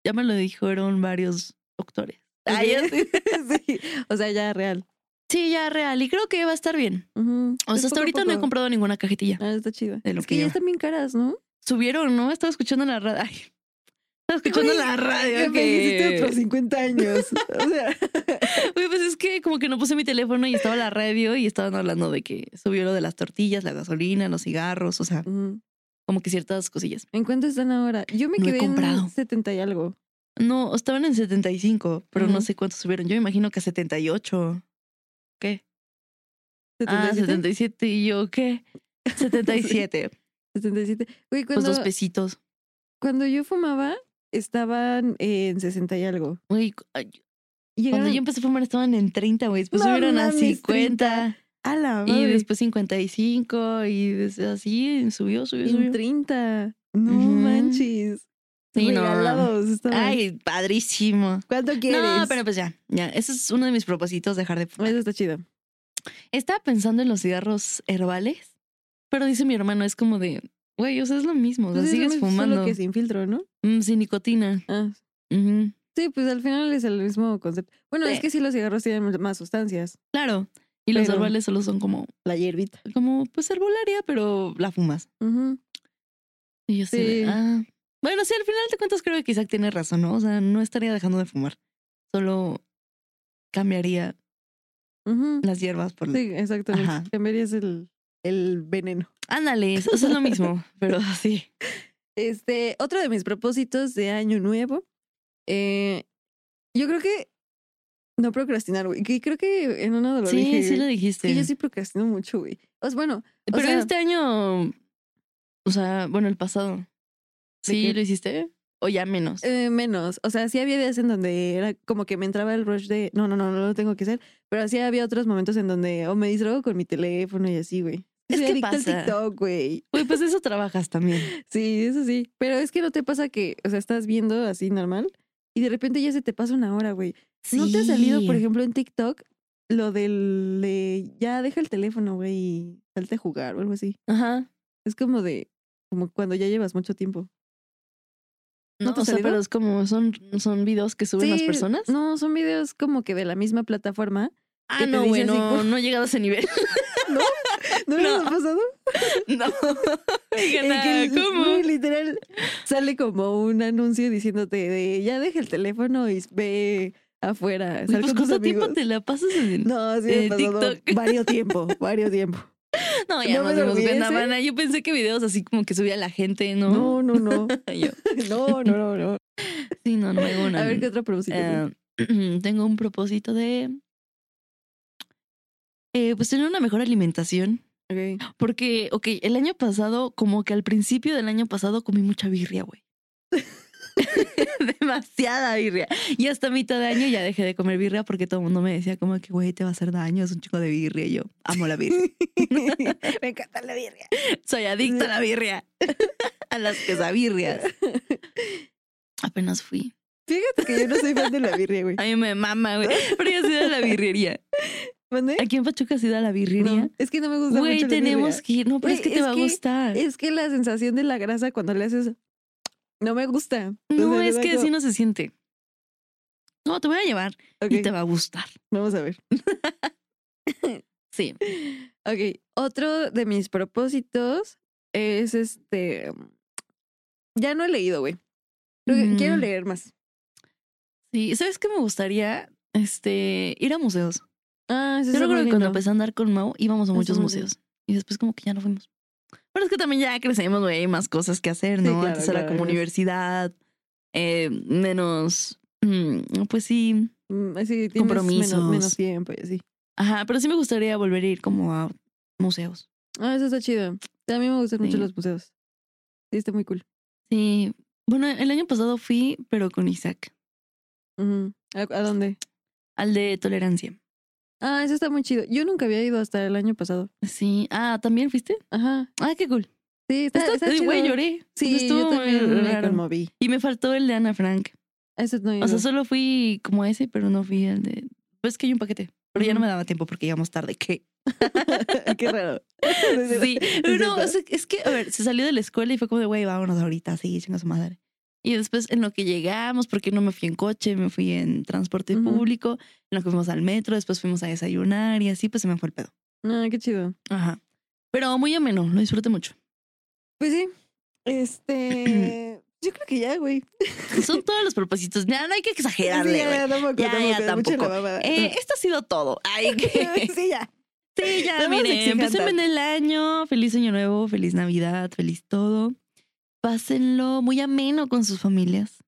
Speaker 1: Ya me lo dijeron varios doctores. Ay, Ah, ya
Speaker 2: Ok.
Speaker 1: sé.
Speaker 2: Sí. O sea, ya real.
Speaker 1: Sí, ya real. Y creo que va a estar bien.
Speaker 2: Ujú.
Speaker 1: O
Speaker 2: Pues
Speaker 1: sea, hasta
Speaker 2: poco a
Speaker 1: ahorita no he
Speaker 2: poco.
Speaker 1: comprado ninguna cajetilla.
Speaker 2: Ah, está chido.
Speaker 1: De lo
Speaker 2: es
Speaker 1: que
Speaker 2: que, ya
Speaker 1: lleva.
Speaker 2: están bien caras, ¿no?
Speaker 1: subieron, ¿no? Estaba escuchando la radio. Ay, estaba escuchando
Speaker 2: Güey,
Speaker 1: la radio.
Speaker 2: Ya me dijiste
Speaker 1: Que...
Speaker 2: otros 50 años. O sea,
Speaker 1: Oye, pues es que como que no puse mi teléfono y estaba la radio y estaban hablando de que subió lo de las tortillas, la gasolina, los cigarros, o sea,
Speaker 2: mm.
Speaker 1: como que ciertas cosillas.
Speaker 2: ¿en cuánto están ahora? Yo me
Speaker 1: No he
Speaker 2: quedé
Speaker 1: comprado. Ah,
Speaker 2: en 70 y algo.
Speaker 1: No, estaban en 75, pero no
Speaker 2: Ujú.
Speaker 1: sé cuántos subieron. Yo me imagino que a 78. ¿Qué? Ah,
Speaker 2: 77.
Speaker 1: 77 y yo, ¿qué? 77.
Speaker 2: 77. Güey,
Speaker 1: Pues
Speaker 2: cuando,
Speaker 1: dos pesitos.
Speaker 2: cuando yo fumaba, estaban en 60 y algo.
Speaker 1: Güey, cu- ay, cuando
Speaker 2: Llegaron
Speaker 1: yo empecé a fumar estaban en 30, güey. Después
Speaker 2: No
Speaker 1: subieron a
Speaker 2: mames,
Speaker 1: 50
Speaker 2: a la
Speaker 1: y
Speaker 2: madre,
Speaker 1: después 55 y des- así subió, subió,
Speaker 2: en
Speaker 1: subió.
Speaker 2: 30. No
Speaker 1: Ujú.
Speaker 2: manches.
Speaker 1: Sí, no.
Speaker 2: Regalados estaban.
Speaker 1: Ay, padrísimo.
Speaker 2: ¿Cuánto quieres?
Speaker 1: No, pero pues ya, ya. Ese es uno de mis propósitos, dejar de fumar.
Speaker 2: Ah, Eso está chido.
Speaker 1: Estaba pensando en los cigarros herbales, pero dice mi hermano, es como de, güey, o sea, es lo mismo, o sea,
Speaker 2: Pues es lo
Speaker 1: sigues
Speaker 2: mismo,
Speaker 1: fumando
Speaker 2: Solo que sin filtro, ¿no?
Speaker 1: Mm, sin nicotina.
Speaker 2: Ah,
Speaker 1: Ujú.
Speaker 2: Sí, pues al final es el mismo concepto. Bueno,
Speaker 1: Sí.
Speaker 2: es que sí los cigarros tienen más sustancias.
Speaker 1: Claro. Y los
Speaker 2: Pero-
Speaker 1: herbales solo son como,
Speaker 2: La hierbita.
Speaker 1: como, pues herbolaria, pero la fumas.
Speaker 2: Ujú.
Speaker 1: Y yo así de,
Speaker 2: Sí.
Speaker 1: ah. Bueno, sí, al final de cuentas creo que Isaac tiene razón, ¿no? O sea, no estaría dejando de fumar. Solo cambiaría
Speaker 2: Ujú.
Speaker 1: las hierbas por...
Speaker 2: Sí, exactamente.
Speaker 1: Ajá.
Speaker 2: Cambiarías el, el veneno.
Speaker 1: Ándale, eso es lo mismo, pero así.
Speaker 2: Este, otro de mis propósitos de año nuevo. eh, yo creo que no procrastinar, güey. que Creo que en uno de los
Speaker 1: Sí, sí lo dijiste.
Speaker 2: Sí, yo sí procrastino mucho, güey. O sea, bueno, o
Speaker 1: Pero
Speaker 2: sea-
Speaker 1: este año, o sea, bueno, el pasado. ¿Sí
Speaker 2: qué?
Speaker 1: lo hiciste? O ya menos.
Speaker 2: Eh, menos. O sea, sí había días en donde era como que me entraba el rush de no, no, no, no lo tengo que hacer. Pero así había otros momentos en donde o me distraigo con mi teléfono y así, güey.
Speaker 1: Es
Speaker 2: Soy
Speaker 1: que
Speaker 2: adicta al
Speaker 1: pasa.
Speaker 2: TikTok, güey.
Speaker 1: Uy, pues eso trabajas también.
Speaker 2: Sí, eso sí. Pero es que no te pasa que, o sea, estás viendo así normal y de repente ya se te pasa una hora, güey. ¿No te ha salido, por ejemplo, en TikTok lo del de ya deja el teléfono, güey, y salte a jugar o algo así?
Speaker 1: Ajá.
Speaker 2: Es como de, como cuando ya llevas mucho tiempo.
Speaker 1: No,
Speaker 2: ¿No te
Speaker 1: o
Speaker 2: ha
Speaker 1: sea,
Speaker 2: salido?
Speaker 1: pero es como son, son videos que suben las
Speaker 2: Sí,
Speaker 1: personas.
Speaker 2: No, son videos como que de la misma plataforma.
Speaker 1: ah,
Speaker 2: que te
Speaker 1: no,
Speaker 2: dice
Speaker 1: güey,
Speaker 2: así
Speaker 1: no,
Speaker 2: como-
Speaker 1: no he llegado a ese nivel.
Speaker 2: ¿No,
Speaker 1: No.
Speaker 2: les ha pasado?
Speaker 1: no. Dije,
Speaker 2: En que
Speaker 1: "Nah,
Speaker 2: li-
Speaker 1: ¿Cómo?
Speaker 2: güey, literal sale como un anuncio diciéndote de ya deja el teléfono y ve afuera.
Speaker 1: Uy,
Speaker 2: sal
Speaker 1: pues
Speaker 2: con tus
Speaker 1: ¿cuánto tiempo
Speaker 2: amigos".
Speaker 1: te la pasas en
Speaker 2: No, sí,
Speaker 1: eh,
Speaker 2: me ha pasado
Speaker 1: TikTok?
Speaker 2: varios tiempo, varios tiempo.
Speaker 1: No, ya
Speaker 2: no
Speaker 1: no
Speaker 2: me
Speaker 1: dimos
Speaker 2: dormí
Speaker 1: cuenta,
Speaker 2: ese.
Speaker 1: mana. Yo pensé que videos así como que subía la gente, ¿no?
Speaker 2: No, no, no.
Speaker 1: Yo,
Speaker 2: No, no, no, no.
Speaker 1: sí, no, no me hago una.
Speaker 2: A ver qué otra propósito.
Speaker 1: Eh, tengo un propósito de eh, pues tener una mejor alimentación.
Speaker 2: tienes. Ok.
Speaker 1: Porque, ok, el año pasado, como que al principio del año pasado comí mucha birria, güey. Demasiada birria. Y hasta mitad de año ya dejé de comer birria porque todo el mundo me decía como que, güey, te va a hacer daño, es un chico de birria. Y yo amo la birria.
Speaker 2: me encanta la birria.
Speaker 1: Soy adicta a la birria. a las quesabirrias. Apenas fui.
Speaker 2: Fíjate que yo no soy fan de la birria, güey.
Speaker 1: A mí me mama, güey. Pero ya se da la birrería.
Speaker 2: ¿Mande?
Speaker 1: Aquí en Pachuca se da la birrería.
Speaker 2: No, es que no me gusta
Speaker 1: Güey,
Speaker 2: mucho la
Speaker 1: tenemos
Speaker 2: birria.
Speaker 1: que ir. No, pero es
Speaker 2: Güey,
Speaker 1: que te
Speaker 2: es
Speaker 1: va a
Speaker 2: que
Speaker 1: gustar.
Speaker 2: Es que la sensación de la grasa cuando le haces no me gusta. O
Speaker 1: no,
Speaker 2: sea, me
Speaker 1: es
Speaker 2: da
Speaker 1: que
Speaker 2: como-
Speaker 1: así no se siente. No, te voy a llevar y
Speaker 2: Ok,
Speaker 1: te va a gustar.
Speaker 2: Vamos a ver.
Speaker 1: Sí.
Speaker 2: Ok, otro de mis propósitos es este. Ya no he leído, güey. Creo que- Quiero
Speaker 1: Mm.
Speaker 2: leer más.
Speaker 1: Sí. ¿Sabes qué me gustaría? Este, ir a museos.
Speaker 2: Ah, eso
Speaker 1: Yo creo que cuando
Speaker 2: empezó.
Speaker 1: empecé a andar con Mau íbamos a
Speaker 2: Está
Speaker 1: muchos
Speaker 2: muy lindo.
Speaker 1: museos. Y después como que ya no fuimos. Pero es que también ya crecemos, güey, hay más cosas que hacer,
Speaker 2: Sí,
Speaker 1: ¿no?
Speaker 2: claro,
Speaker 1: Antes era
Speaker 2: claro,
Speaker 1: como
Speaker 2: es-
Speaker 1: universidad, eh, menos, mm, pues sí.
Speaker 2: Mm, Así tienes
Speaker 1: Compromisos.
Speaker 2: Menos, menos tiempo y así.
Speaker 1: Ajá, pero sí me gustaría volver a ir como a museos.
Speaker 2: Ah, eso está chido. También me gustan mucho
Speaker 1: Sí.
Speaker 2: los museos. Sí, está muy cool.
Speaker 1: Sí. Bueno, el año pasado fui, pero con Isaac,
Speaker 2: Ujú. ¿A, a dónde?
Speaker 1: al de tolerancia.
Speaker 2: Ah, eso está muy chido. Yo nunca había ido hasta el año pasado.
Speaker 1: Sí. Ah, ¿también fuiste?
Speaker 2: Ajá.
Speaker 1: Ah, qué cool.
Speaker 2: Sí, está,
Speaker 1: Esto-
Speaker 2: Ah, está
Speaker 1: Ay,
Speaker 2: chido.
Speaker 1: güey, lloré.
Speaker 2: Sí,
Speaker 1: Estuvo
Speaker 2: yo
Speaker 1: muy
Speaker 2: también me
Speaker 1: raro.
Speaker 2: conmoví.
Speaker 1: Y me faltó el de Ana Frank.
Speaker 2: Eso no he
Speaker 1: O sea,
Speaker 2: ido.
Speaker 1: solo fui como a ese, pero no fui al de. Pues es que hay un paquete. Pero ya no
Speaker 2: Ujú.
Speaker 1: me daba tiempo porque íbamos tarde. ¿Qué?
Speaker 2: Qué raro.
Speaker 1: Sí.
Speaker 2: es
Speaker 1: No,
Speaker 2: cierto.
Speaker 1: o sea, es que, a ver, se salió de la escuela y fue como de, güey, vámonos ahorita, sí, chinga su madre. Y después en lo que llegamos, porque no me fui en coche, me fui en transporte
Speaker 2: Ujú.
Speaker 1: público, en lo que fuimos al metro, después fuimos a desayunar y así, pues se me fue el pedo.
Speaker 2: Ah, qué chido.
Speaker 1: Ajá. Pero muy ameno, lo disfruté mucho.
Speaker 2: Pues sí. Este. Yo creo que ya, güey.
Speaker 1: Son todos los propósitos. Ya, no hay que exagerarle,
Speaker 2: Sí, ya,
Speaker 1: güey.
Speaker 2: ya, tampoco,
Speaker 1: Ya, ya,
Speaker 2: tampoco, mucha
Speaker 1: tampoco.
Speaker 2: la mamada.
Speaker 1: Eh, esto ha sido todo. Ay, que...
Speaker 2: sí, ya.
Speaker 1: Sí, ya,
Speaker 2: No más
Speaker 1: miren,
Speaker 2: exijan
Speaker 1: empecemos en
Speaker 2: tanto.
Speaker 1: el año. Feliz año nuevo, feliz Navidad, feliz todo. Pásenlo muy ameno con sus familias.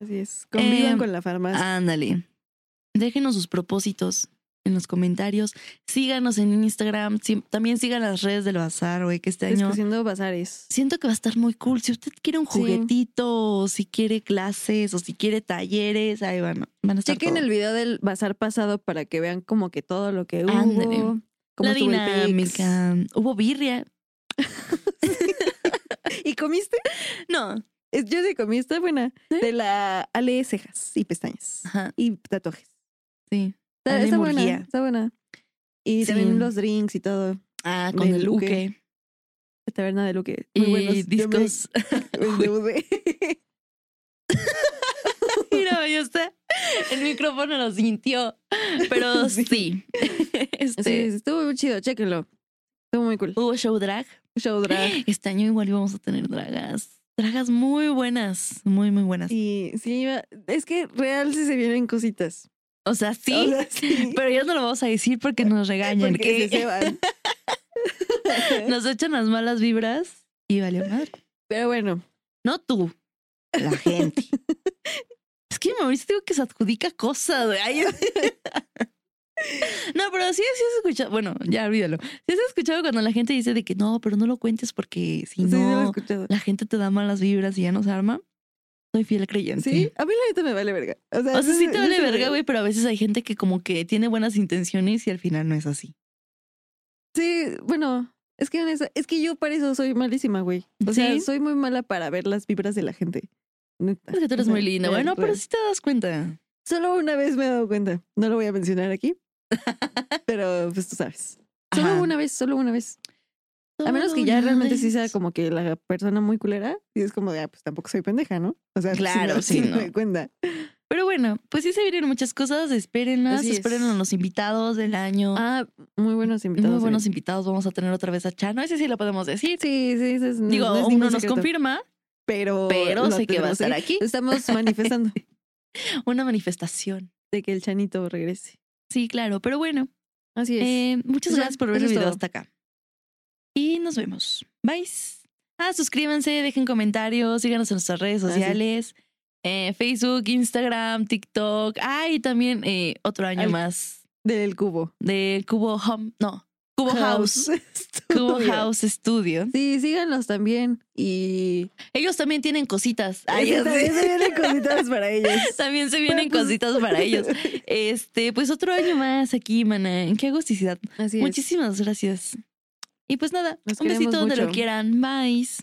Speaker 2: Así es. Convivan
Speaker 1: Eh,
Speaker 2: con la farmacia.
Speaker 1: Ándale. Déjenos sus propósitos en los comentarios. Síganos en Instagram. sí- También sigan las redes del bazar, güey, que este año.
Speaker 2: haciendo bazares.
Speaker 1: Siento que va a estar muy cool. Si usted quiere un
Speaker 2: Sí.
Speaker 1: juguetito, o si quiere clases, o si quiere talleres, ahí van, van a estar.
Speaker 2: Chequen
Speaker 1: todo.
Speaker 2: el video del bazar pasado para que vean como que todo lo que hubo.
Speaker 1: Ándale.
Speaker 2: cómo
Speaker 1: Ah, La
Speaker 2: estuvo el Pex.
Speaker 1: dinámica. Hubo birria.
Speaker 2: ¿Y comiste?
Speaker 1: No.
Speaker 2: Es- Yo sí comí, está buena. De la Ale cejas y pestañas
Speaker 1: Ajá.
Speaker 2: y tatuajes.
Speaker 1: Sí.
Speaker 2: Está,
Speaker 1: Ale
Speaker 2: está
Speaker 1: Murguía.
Speaker 2: buena, está buena.
Speaker 1: Sí.
Speaker 2: Y también los drinks y todo.
Speaker 1: Ah, con
Speaker 2: Del
Speaker 1: el
Speaker 2: Luque.
Speaker 1: uke.
Speaker 2: La taberna de Luque. Muy
Speaker 1: y
Speaker 2: buenos. Yo me-
Speaker 1: discos.
Speaker 2: me endeudé.
Speaker 1: Mira, ya está. El micrófono lo sintió. Pero sí.
Speaker 2: Sí.
Speaker 1: Este,
Speaker 2: Sí, estuvo muy chido, chéquenlo. Estuvo muy cool.
Speaker 1: Hubo show drag.
Speaker 2: Show drag.
Speaker 1: Este año igual íbamos a tener dragas. Dragas muy buenas. Muy, muy buenas.
Speaker 2: Y sí, iba- es que real sí se vienen cositas.
Speaker 1: O sea, sí.
Speaker 2: O sea, sí.
Speaker 1: pero ya no lo vamos a decir porque nos regañan.
Speaker 2: Porque
Speaker 1: que
Speaker 2: se ceban.
Speaker 1: nos echan las malas vibras y valió madre.
Speaker 2: Pero bueno,
Speaker 1: No tú, la gente. es que mi mamá dice, digo que se adjudica cosas, güey. Ay, No, pero sí, sí has escuchado, bueno, ya olvídalo. Sí has escuchado cuando la gente dice de que no, pero no lo cuentes porque si
Speaker 2: sí, sí lo he
Speaker 1: no,
Speaker 2: escuchado.
Speaker 1: la gente te da malas vibras y ya nos arma. Soy fiel creyente.
Speaker 2: Sí, a mí la neta me vale verga. O sea,
Speaker 1: O sea, sí te
Speaker 2: yo
Speaker 1: vale
Speaker 2: sí me-
Speaker 1: verga, güey, pero a veces hay gente que como que tiene buenas intenciones y al final no es así.
Speaker 2: Sí, bueno, es que, en esa- es que yo para eso soy malísima, güey. O sea,
Speaker 1: ¿Sí?
Speaker 2: soy muy mala para ver las vibras de la gente. Neta.
Speaker 1: Es que tú eres
Speaker 2: O sea,
Speaker 1: muy linda,
Speaker 2: real,
Speaker 1: bueno, pero
Speaker 2: real.
Speaker 1: sí te das cuenta.
Speaker 2: Solo una vez me he dado cuenta. No lo voy a mencionar aquí. pero pues tú sabes. Solo
Speaker 1: Ajá.
Speaker 2: una vez, solo una vez. A menos que ya
Speaker 1: Solo
Speaker 2: realmente sí
Speaker 1: una
Speaker 2: sea
Speaker 1: vez.
Speaker 2: como que la persona muy culera y es como de, ah, pues tampoco soy pendeja, ¿no? O sea,
Speaker 1: Claro, sí,
Speaker 2: sí, me- sí
Speaker 1: no.
Speaker 2: me doy cuenta.
Speaker 1: Pero bueno, pues sí se vienen muchas cosas, espérenlas,
Speaker 2: Así es.
Speaker 1: espérenlo a los invitados del año.
Speaker 2: Ah, muy buenos invitados.
Speaker 1: Muy buenos
Speaker 2: sí.
Speaker 1: invitados, vamos a tener otra vez a Chano, ese sí lo podemos decir.
Speaker 2: Sí, sí, eso es- no-
Speaker 1: Digo,
Speaker 2: no es
Speaker 1: aún
Speaker 2: ningún
Speaker 1: no nos
Speaker 2: secreto,
Speaker 1: confirma,
Speaker 2: Pero,
Speaker 1: pero
Speaker 2: lo
Speaker 1: sé que va a
Speaker 2: tenemos ahí.
Speaker 1: estar aquí.
Speaker 2: Estamos manifestando
Speaker 1: Una manifestación.
Speaker 2: de que el chanito regrese.
Speaker 1: Sí, claro, pero bueno.
Speaker 2: Así es.
Speaker 1: eh, muchas
Speaker 2: Eso-
Speaker 1: gracias por ver
Speaker 2: eso
Speaker 1: el
Speaker 2: es
Speaker 1: video
Speaker 2: todo.
Speaker 1: hasta acá. Y nos vemos. Bye. Ah, suscríbanse, dejen comentarios, síganos en nuestras redes
Speaker 2: Ah, sí.
Speaker 1: sociales. eh, Facebook, Instagram, TikTok. Ah, y también eh, otro año
Speaker 2: Al-
Speaker 1: más
Speaker 2: Del cubo.
Speaker 1: de Cubo Home. No, Cubo House. Cubo
Speaker 2: Estudio.
Speaker 1: House Studio.
Speaker 2: Sí, síganlos también. Y.
Speaker 1: Ellos también tienen cositas. Ay,
Speaker 2: Ese
Speaker 1: ya sé.
Speaker 2: también se vienen cositas para ellos.
Speaker 1: También se vienen
Speaker 2: Pero, pues,
Speaker 1: cositas para ellos. Este, pues otro año más aquí, mana. Qué agusticidad.
Speaker 2: Así es.
Speaker 1: Muchísimas gracias. Y pues nada,
Speaker 2: Los
Speaker 1: un besito
Speaker 2: queremos
Speaker 1: donde lo
Speaker 2: mucho.
Speaker 1: quieran. Bye.